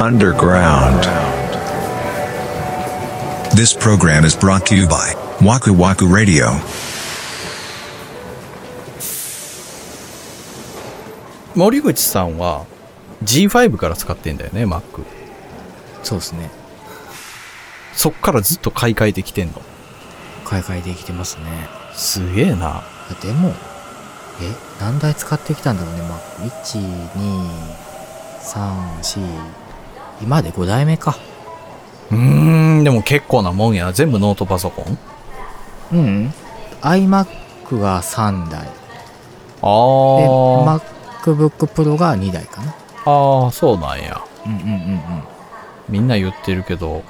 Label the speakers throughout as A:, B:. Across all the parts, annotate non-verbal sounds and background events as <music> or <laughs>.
A: underground.
B: This program is brought to you by Waku Waku Radio.
C: 森口さんは G5 から使ってんだよね、Mac。
D: そうですね。
C: そっからずっと買い替えてきてんの。
D: 買い替えてきてますね。
C: すげえな。
D: でも、え、何台使ってきたんだろうね、まあ、1、2、3、4、今で5台目か。
C: うーん、でも結構なもんや。全部ノートパソコン
D: うん。iMac が3台。
C: あ
D: で、
C: ー、
D: MacBook Pro が2台かな。
C: あー、そうなんや。
D: うんうんうんうん。
C: みんな言ってるけど、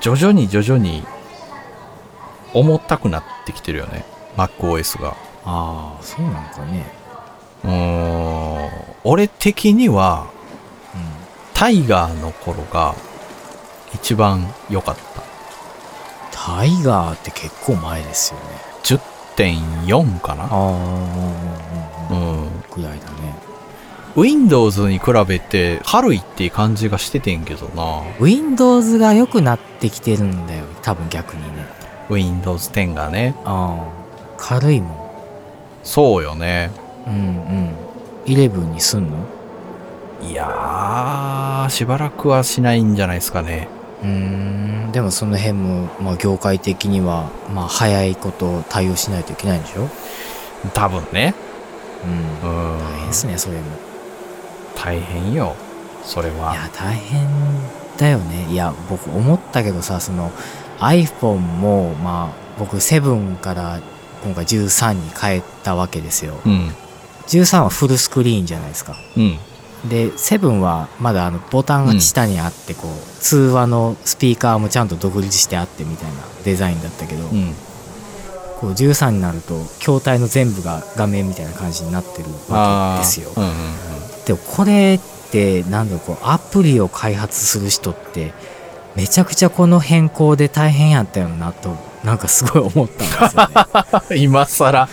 C: 徐々に徐々に重たくなってきてるよね。MacOS が。
D: ああ、そうなんかね。
C: うーん、俺的には
D: うん。
C: タイガーの頃が一番良かった。
D: タイガーって結構前ですよね。
C: 10.4かな
D: ああ、
C: うん。
D: ぐらいだね。
C: Windows に比べて軽いっていう感じがしててんけどな。
D: Windows が良くなってきてるんだよ。多分逆にね。
C: Windows 10がね。
D: ああ、軽いもん。
C: そうよね。
D: うんうん。11にすんの
C: いやー、しばらくはしないんじゃないですかね。
D: うーん。でもその辺も、まあ業界的には、まあ早いこと対応しないといけないんでしょ
C: 多分ね。
D: うん。
C: うん。
D: 大変ですね、それも。
C: 大変よ。それ
D: い
C: は。
D: や、大変だよね。いや、僕思ったけどさ、その iPhone も、まあ僕7から今回13に変えたわけですよ。
C: うん。
D: 13はフルスクリーンじゃないですか。
C: うん。
D: で、7はまだあのボタンが下にあって、こう、通話のスピーカーもちゃんと独立してあってみたいなデザインだったけど、
C: うん。
D: こう13になると、筐体の全部が画面みたいな感じになってるわけですよ
C: う。んうん
D: でもこれって、なんだろう、こう、アプリを開発する人って、めちゃくちゃこの変更で大変やったよなと、なんかすごい思ったんですよね。
C: うん。 <laughs> 今更。 <laughs>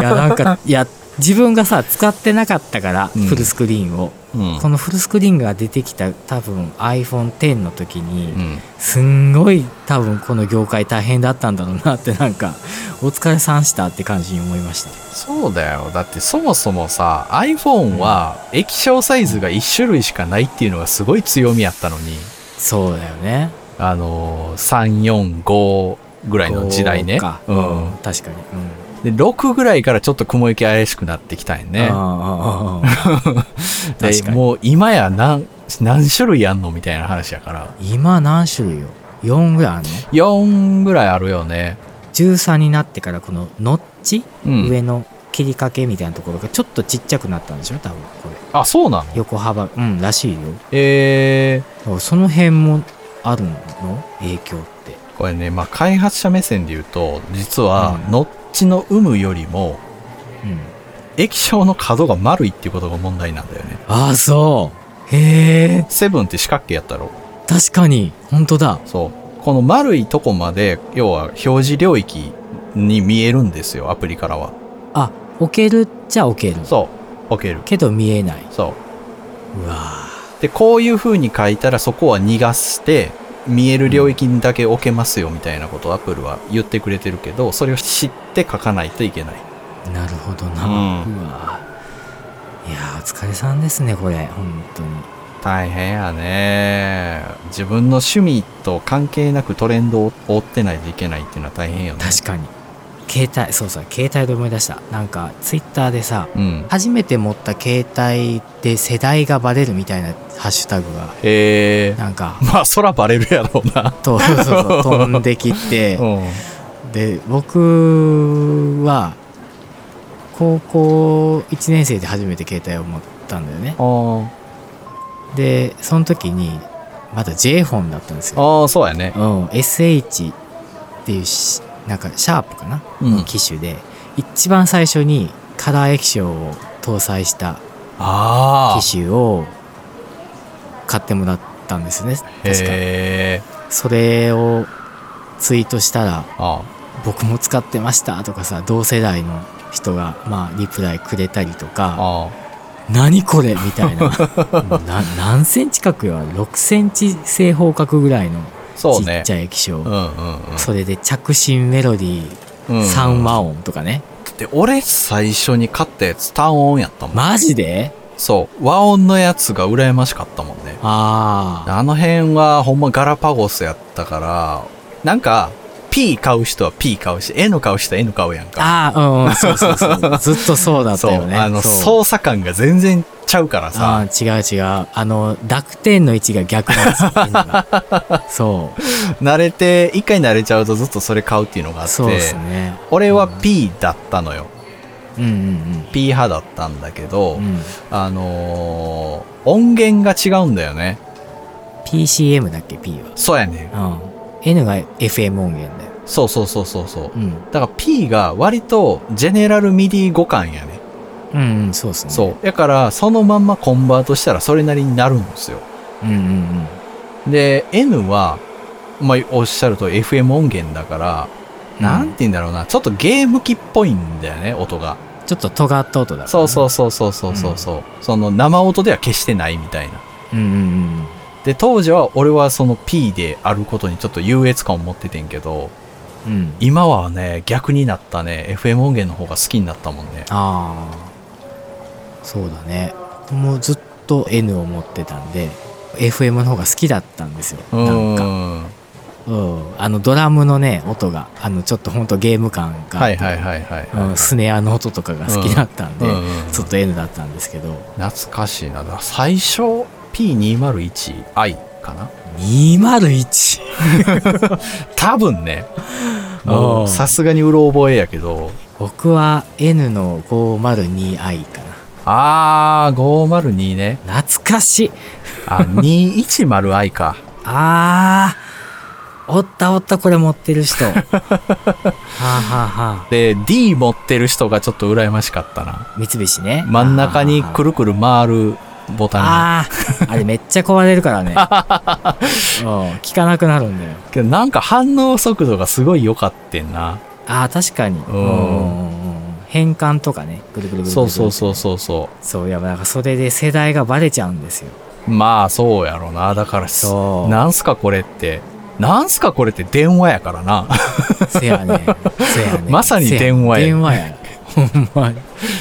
D: いや、なんか、いや、自分がさ、使ってなかったから、
C: うん
D: フルスクリーンを。
C: うん。
D: このフルスクリーンが出てきた多分 iPhone10 の時に、
C: うん。
D: すんごい多分この業界大変だったんだろうなってなんかお疲れさんしたって感じに思いました
C: そうだよ。だってそもそもさ、iPhone は液晶サイズが1種類しかないっていうのがすごい強みやったのに、
D: そうだよね
C: あのー、3、4、5ぐらいの時代ね。
D: こか
C: う
D: うん、
C: ん。
D: 確かに、うん、
C: で、6ぐらいからちょっと雲行き怪しくなってきたんやね。
D: ああああああ
C: で
D: 確かに
C: もう今や何、何種類やんのみたいな話やから。
D: 今何種類よ4ぐらいあるの
C: 4ぐらいあるよね。
D: 13になってからこのノッチ、
C: うん
D: 上の切りかけみたいなところがちょっとちっちゃくなったんでしょ多分これ
C: あ、そうなの
D: 横幅うんらしいよ
C: え
D: だからその辺もあるの影響って
C: ー、これね、まあ、開発者目線で言うと、実は、
D: うん
C: ノッチの有無よりも、
D: うん
C: 液晶の角が丸いっていうことが問題なんだよね。
D: ああ、そう。へえ、
C: セブンって四角形やったろ
D: 確かに、本当だ。
C: そう。この丸いとこまで、要は表示領域に見えるんですよ、アプリからは。
D: あ、置けるっちゃ置ける。
C: そう。置ける。
D: けど見えない。
C: そう
D: わ
C: う。で、こういう風に書いたらそこは逃がして、見える領域にだけ置けますよみたいなことをアップルは言ってくれてるけど、それを知って書かないといけない。
D: ーなるほどな。
C: う
D: うんわーいやー、お疲れさんですね、これ。本当に。
C: 大変やね。自分の趣味と関係なくトレンドを追ってないといけないっていうのは大変よね。
D: 確かに。携帯、そうそう、携帯で思い出した。なんか、ツイッターでさ、
C: うん。
D: 初めて持った携帯で世代がバレるみたいなハッシュタグが、
C: えー、
D: なんか、
C: まあ、空バレるやろう
D: <laughs>
C: な。
D: とそうそう飛んでき <laughs> て、
C: うん。
D: で僕は高校1年生で初めて携帯を持ったんだよね
C: あ
D: でその時にまだ J 本だったんですよ、
C: ああ、そうやね
D: う。ん、SH っていうしなんかシャープかな、
C: うん。
D: 機種で一番最初にカラー液晶を搭載した
C: ああ。
D: 機種を買ってもらったんですね確か
C: へえ。
D: それをツイートしたら
C: あ
D: 僕も使ってましたとかさ同世代の人がまあリプライくれたりと
C: あ。
D: か
C: ああ。
D: 何これみ
C: <laughs>
D: たいなもうな何センチ角よ6センチ正方角ぐらいの
C: そう
D: ちっ
C: ね
D: ち。ゃい液晶そ,、
C: うんうん
D: れで着信メロディー
C: うん。
D: 3和音とかね、
C: で、俺最初に買ったやつ単音やったもん。
D: マジで
C: そう。和音のやつが羨ましかったもんね。
D: ああ
C: あの辺はほんまガラパゴスやったから、なんか、P 買う人は P 買うし、N 買う人は N 買うやんか。
D: ああうんうんそうそう
C: <laughs>
D: そうずっとそうだっ
C: そう、
D: たよね
C: あの、
D: う
C: 操作感が全然ちゃうから
D: あ
C: さ、
D: ー違う違うあの濁点の位置が逆なんですよ N
C: <laughs>
D: がそう
C: 慣れて、一回慣れちゃうとずっとそれ買うっていうのがあっ
D: そうで
C: て
D: す、ね
C: 俺は P だったのよ。
D: うん
C: P 派だったんだけど、
D: うんうん、うん、
C: あのー音源が違うんだよね。
D: PCM だっけ P
C: そうやね。
D: は、うん、N が FM 音源だよ
C: そうそうそうそうそう
D: う。ん
C: だから P が割とジェネラルミディ互換やね。
D: うんうんそうですね
C: そう。だから、そのまんまコンバートしたらそれなりになるんですよ。
D: うんうん
C: で、N は、まあ、おっしゃると FM 音源だから、
D: うん
C: なんて言うんだろうな、ちょっとゲーム機っぽいんだよね、音が。
D: うんちょっと尖った音だからね、
C: そうそうそうそうそうそうそう、その生音では決してないみたいな。
D: うんうんうん
C: で、当時は俺はその P であることにちょっと優越感を持っててんけど、
D: うん
C: 今はね、逆になったね、FM 音源の方が好きになったもんね。
D: ああそうだねもうずっと N を持ってたんで FM の方が好きだったんですよ
C: う
D: なんか、
C: ん。
D: うん、あのドラムのね音があのちょっとほんとゲーム感があ
C: は
D: っ
C: い
D: て、
C: はいはいはい。
D: うん、スネアの音とかが好きだったんで、
C: うんうんうん
D: ずっと N だったんですけど
C: 懐かしいな。だから最初、P201i かな
D: 201
C: 多
D: <laughs>
C: 分ね。
D: お
C: も
D: う
C: う、さすがにうろ覚えやけど、
D: 僕は N の 502i か
C: あー、502ね。
D: な懐かしい
C: あ、210i か。
D: あーおったおったこれ持ってる
C: <laughs>
D: 人はあはあは
C: で、D 持ってる人がちょっと羨ましかったな。
D: あ三菱ね
C: 真ん中にく
D: る
C: るくる回るボタン。
D: あーあーあれめっちゃ壊れるから
C: <laughs>
D: ねうん効かなくなるんだよ
C: けどなんか反応速度がすごい良かってんな。
D: ああ確かにうんんうんうん変換とかねぐるぐるぐるぐる
C: そうそうそうそうそ
D: そういやなんかそれで世代がバレちゃうんですよ
C: う。まあそうやろな。だからす
D: そう
C: なんすかこれって。なんすかこれって電話やからな。 <laughs>
D: せやねんせやねん
C: まさに
D: せやねん
C: 電話や
D: 電話やほんまに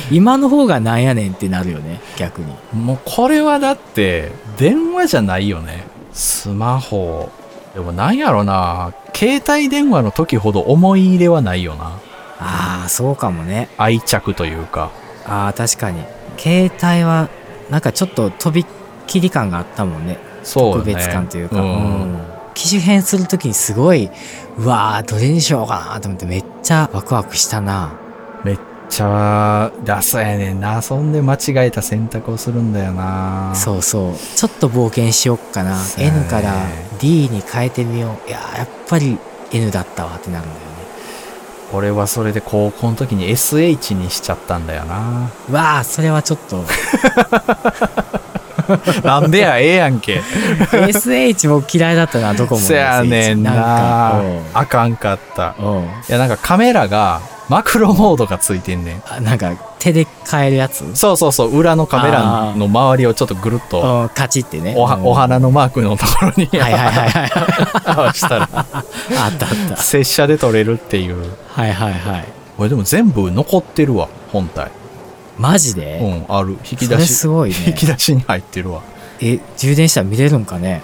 D: 今の方がなんやねんってなるよね逆に
C: もうこれはだって、電話じゃないよね。スマホ。でもなんやろな。携帯電話の時ほど思い入れはないよな。
D: ああそうかもね
C: 愛着というか。
D: ああ確かに携帯はなんかちょっと飛び切り感があったもんね
C: そう
D: 特
C: だね。
D: 別感というか、
C: ん
D: うん機種変するときにすごいうわーどれにしようかなと思ってめっちゃワクワクしたな
C: めっちゃ、ダサやねんな。そんで間違えた選択をするんだよな。
D: そうそうちょっと冒険しよっかな
C: そうやね
D: N から D に変えてみよういやーやっぱり N だったわってなるんだよね
C: 俺はそれで高校の時に SH にしちゃったんだよな。 <laughs>
D: うわあそれはちょっと
C: なんでや、ええやんけ。
D: SH も嫌いだったなどこも
C: そやねん
D: SH
C: な
D: なんか
C: あかんかった。
D: おうおう
C: いや、なんかカメラがマクロモードがついてんねん。
D: あなんか手で変えるやつ
C: そうそうそう、裏のカメラの周りをちょっとぐるっと、
D: うんカチってね
C: おは
D: うん
C: お花のマークのところに <laughs>
D: はいはいはいはい
C: 合わしたら、 <laughs>
D: あったあった
C: 拙者で撮れるっていう。
D: はいはいはい
C: これでも全部残ってるわ、本体。
D: マジで、
C: うん、ある。引き
D: そ
C: 出
D: れ
C: し。
D: すごいね
C: <laughs> 引き出しに入ってるわ。
D: え充電したら見れるんかね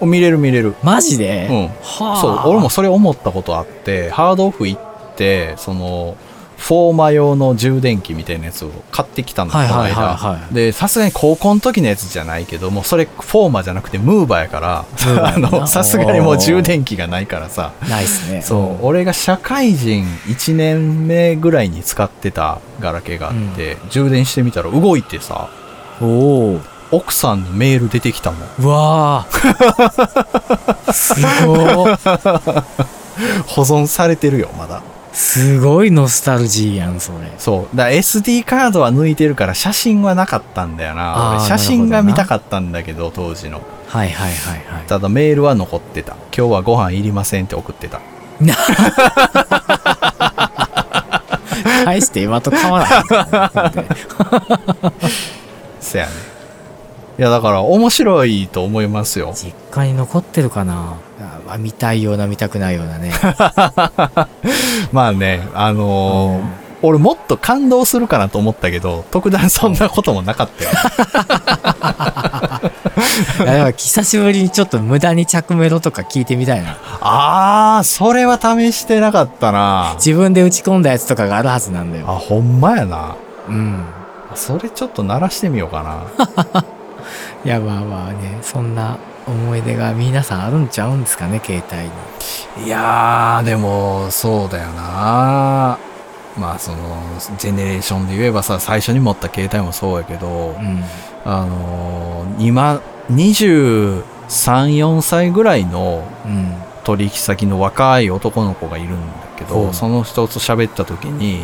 C: お見れる見れる。
D: マジで、
C: うん
D: はあ
C: そう、俺もそれ思ったことあって、ハードオフ行って、その、フォーマ用の充電器みたいなやつを買ってきたの、
D: はいはい
C: この間
D: はいはい
C: で、さすがに高校の時のやつじゃないけど、もうそれフォーマじゃなくてムーバーやから、
D: ムーバーや
C: <laughs> あ
D: な
C: の、さすがにもう充電器がないからさ、
D: ないっすね
C: そう、俺が社会人1年目ぐらいに使ってたガラケーがあって、充電してみたら動いてさ、
D: うんおお
C: 奥さんのメール出てきたもん。
D: うわあすごい
C: 保存されてるよ、まだ。
D: すごいノスタルジーやんそれ
C: そう。だから SD カードは抜いてるから写真はなかったんだよな。
D: あー
C: 俺写真が見たかったんだけど、当時の。
D: はいはいはいはい
C: ただメールは残ってた。今日はご飯いりませんって送ってた。
D: 大して今と変わらない
C: せやね。いや、だから面白いと思いますよ。
D: 実家に残ってるかなあまあ見たいような見たくないような <laughs> ね
C: まあね、あのー
D: うん
C: 俺もっと感動するかなと思ったけど、特段そんなこともなか <laughs> ったよ。
D: いやでも久しぶりにちょっと無駄に着メロとか聞いてみた <laughs> いな
C: あー、それは試してなかった <laughs> な。
D: 自分で打ち込んだやつとかがあるはずなんだ
C: あ、
D: よ
C: ほんまやな。
D: うん
C: それちょっと鳴らしてみようかな。
D: いやまあまあねそんな思い出が皆さんあるんちゃうんですかね携帯に
C: いやー、でも、そうだよな。まあ、その、ジェネレーションで言えばさ、最初に持った携帯もそうやけど、
D: うん
C: あのー今、23、4歳ぐらいの
D: うん
C: 取引先の若い男の子がいるんだけど、
D: うん
C: その人と喋った時に、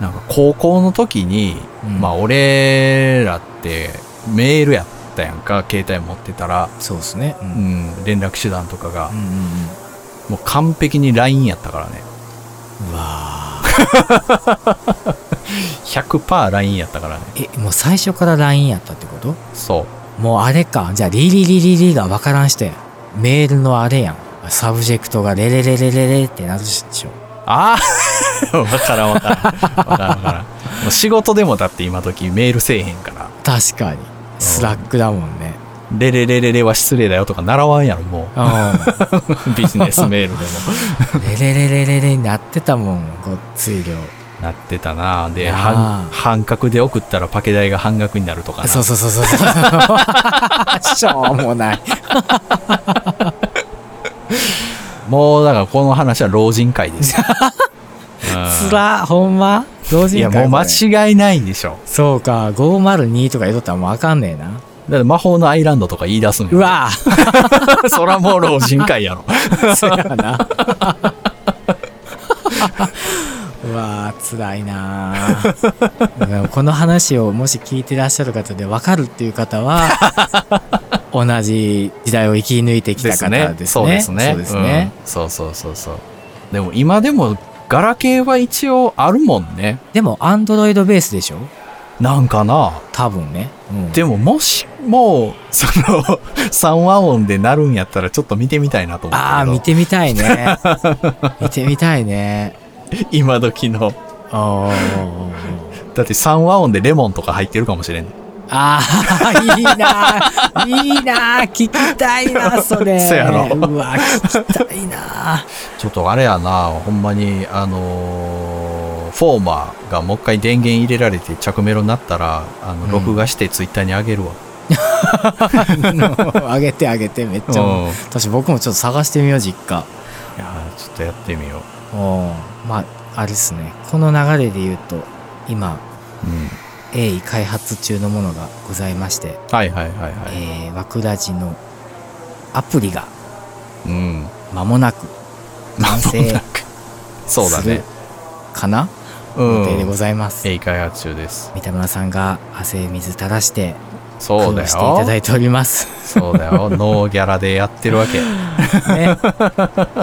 C: なんか高校の時に、
D: うん
C: まあ俺らってメールやったやんか、携帯持ってたら、
D: そうですねう
C: うんん、連絡手段とかが
D: う、んうん
C: もう完璧に LINE やったからね。
D: うんうわ
C: <laughs> 100%ラインやったからね。
D: ーえもう最初から LINE やったってこと
C: そう。
D: もうあれかじゃあリリリリリが分からん人やメールのあれやんサブジェクトがレレレレレレってなるでしょ
C: ああ <laughs> わからんわからん。わからんわからん。もう仕事でもだって今時メールせえへんから。
D: 確かにスラックだもんね
C: レレレレレは失礼だよとか習わんやろ、も
D: うん
C: う。 <laughs> ビジネスメールでも。
D: レレレレレレになってたもんごっつい量
C: なってたなで、
D: あー
C: 半半額で送ったらパケ代が半額になるとかな。
D: そうそうそうそうそうしょうもない
C: もうだからこの話は老人会ですよ。
D: つらほんま同
C: うん
D: 時に
C: いや、もう間違いないんでしょ。
D: そうか502とか言うとったらもうあかんねえな
C: だって魔法のアイランドとか言い出すんや
D: うわ
C: <laughs> そらもう老人会 <laughs> やろ。
D: <laughs> そやなうわー辛いなーでもこの話をもし聞いてらっしゃる方で分かるっていう方 <laughs> は同じ時代を生き抜いてきた方ですね
C: そうですね。
D: そうですね、
C: うんそうそうそうそう。でも今でも、ガラケーは一応あるもんね。
D: でもアンドロイドベースでしょ
C: なんかな。
D: 多分ね、うん
C: でももし、もう、その、 <laughs> 三和音で鳴るんやったらちょっと見てみたいなと思った
D: ああ
C: けど。
D: 見てみたいね <laughs> 見てみたいね
C: 今時の。
D: おー
C: だって三和音でレモンとか入ってるかもしれん。
D: ああ、いいなあ、いいなあ、聞きたいなあ、それ。
C: そやろ
D: うわ、聞きたいなあ。
C: ちょっとあれやな、ほんまに、あのーフォーマーがもう一回電源入れられて着メロになったら、あの、
D: うん
C: 録画してツイッターにあげるわ。
D: あげてあげて、めっちゃ
C: うん。い
D: 私僕もちょっと探してみよう、実家。
C: やーちょっとやってみよう。
D: おまあ、あれですね。この流れで言うと、今、
C: うん。
D: 鋭意開発中のものがございまして、
C: はいはいはいはい。
D: えー、ワクラジのアプリが
C: うん。
D: 間もなく完成
C: そうだ
D: する
C: ね。
D: かな、
C: うん
D: 予定でございます。
C: 鋭意開発中です。
D: 三田村さんが汗水垂らして
C: そうだ
D: していただ
C: よ。
D: いております。
C: そうだよ。ノーギャラでやってるわけ。
D: ね、 <laughs> あ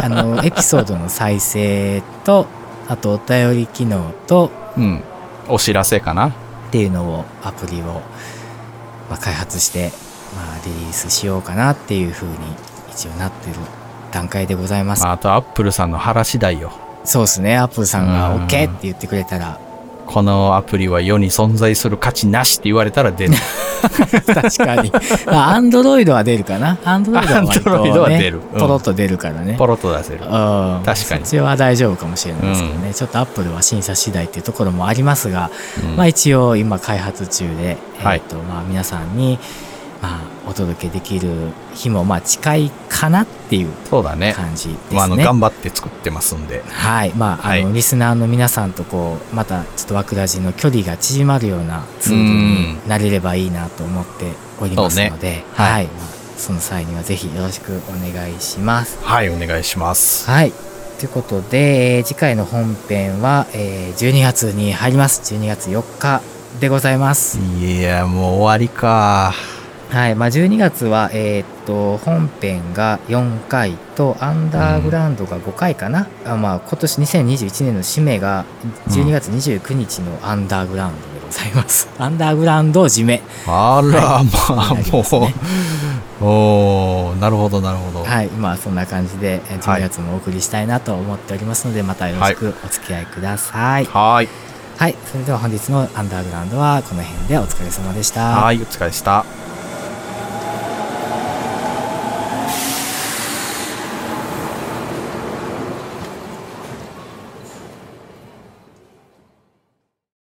D: のエピソードの再生とあとお便り機能と
C: うん。お知らせかな。
D: っていうのをアプリを、まあ、開発して、まあ、リリースしようかなっていうふうに一応なってる段階でございます、
C: まあ、あと、アップルさんの腹次第よ。
D: そうですねアップルさん
C: う
D: が OK っ
C: ん
D: て言ってくれたら
C: このアプリは世に存在する価値なしって言われたら出る。
D: 確かにまあアンドロイドは出るかなアンドロイドは割
C: Android
D: と、
C: は
D: ね、
C: 出るうん
D: ポロッと出るからね
C: ポロッと出せる
D: う。ん
C: 確かに
D: そっちは大丈夫かもしれないですけどね、ちょっとアップルは審査次第っていうところもありますが、
C: うん
D: まあ、一応今開発中で、
C: はい
D: えーとまあ、皆さんに、まあ、お届けできる日もまあ近いかなっていう
C: そうだね。
D: 感じですね。
C: まあ、あの、頑張って作ってますんで。
D: はいまあ、あの
C: はい
D: リスナーの皆さんとこうまたちょっと枠ラジの距離が縮まるようなツールになれればいいなと思っておりますの
C: そう
D: で、
C: はい
D: はいまあその際にはぜひよろしくお願いします。
C: はい、お願いします。
D: はい。ということで、えー次回の本編は、えー12月に入ります。12月4日でございます。
C: いや、もう終わりか。
D: はい。まあ、12月は、えーっと、本編が4回と、アンダーグラウンドが5回かな。あまあ、今年2021年の締めが、12月29日のアンダーグラウンドでございます。アンダーグラウンドを締め。
C: あら、まあ
D: なり
C: も
D: ますね
C: う、おーなるほどなるほど、
D: はい、まあそんな感じで、えー
C: はい
D: 12月もお送りしたいなと思っておりますので、またよろしくお付き合いください。はい、
C: はい
D: それでは本日のアンダーグラウンドはこの辺でお疲れ様でした。
C: はいお疲れした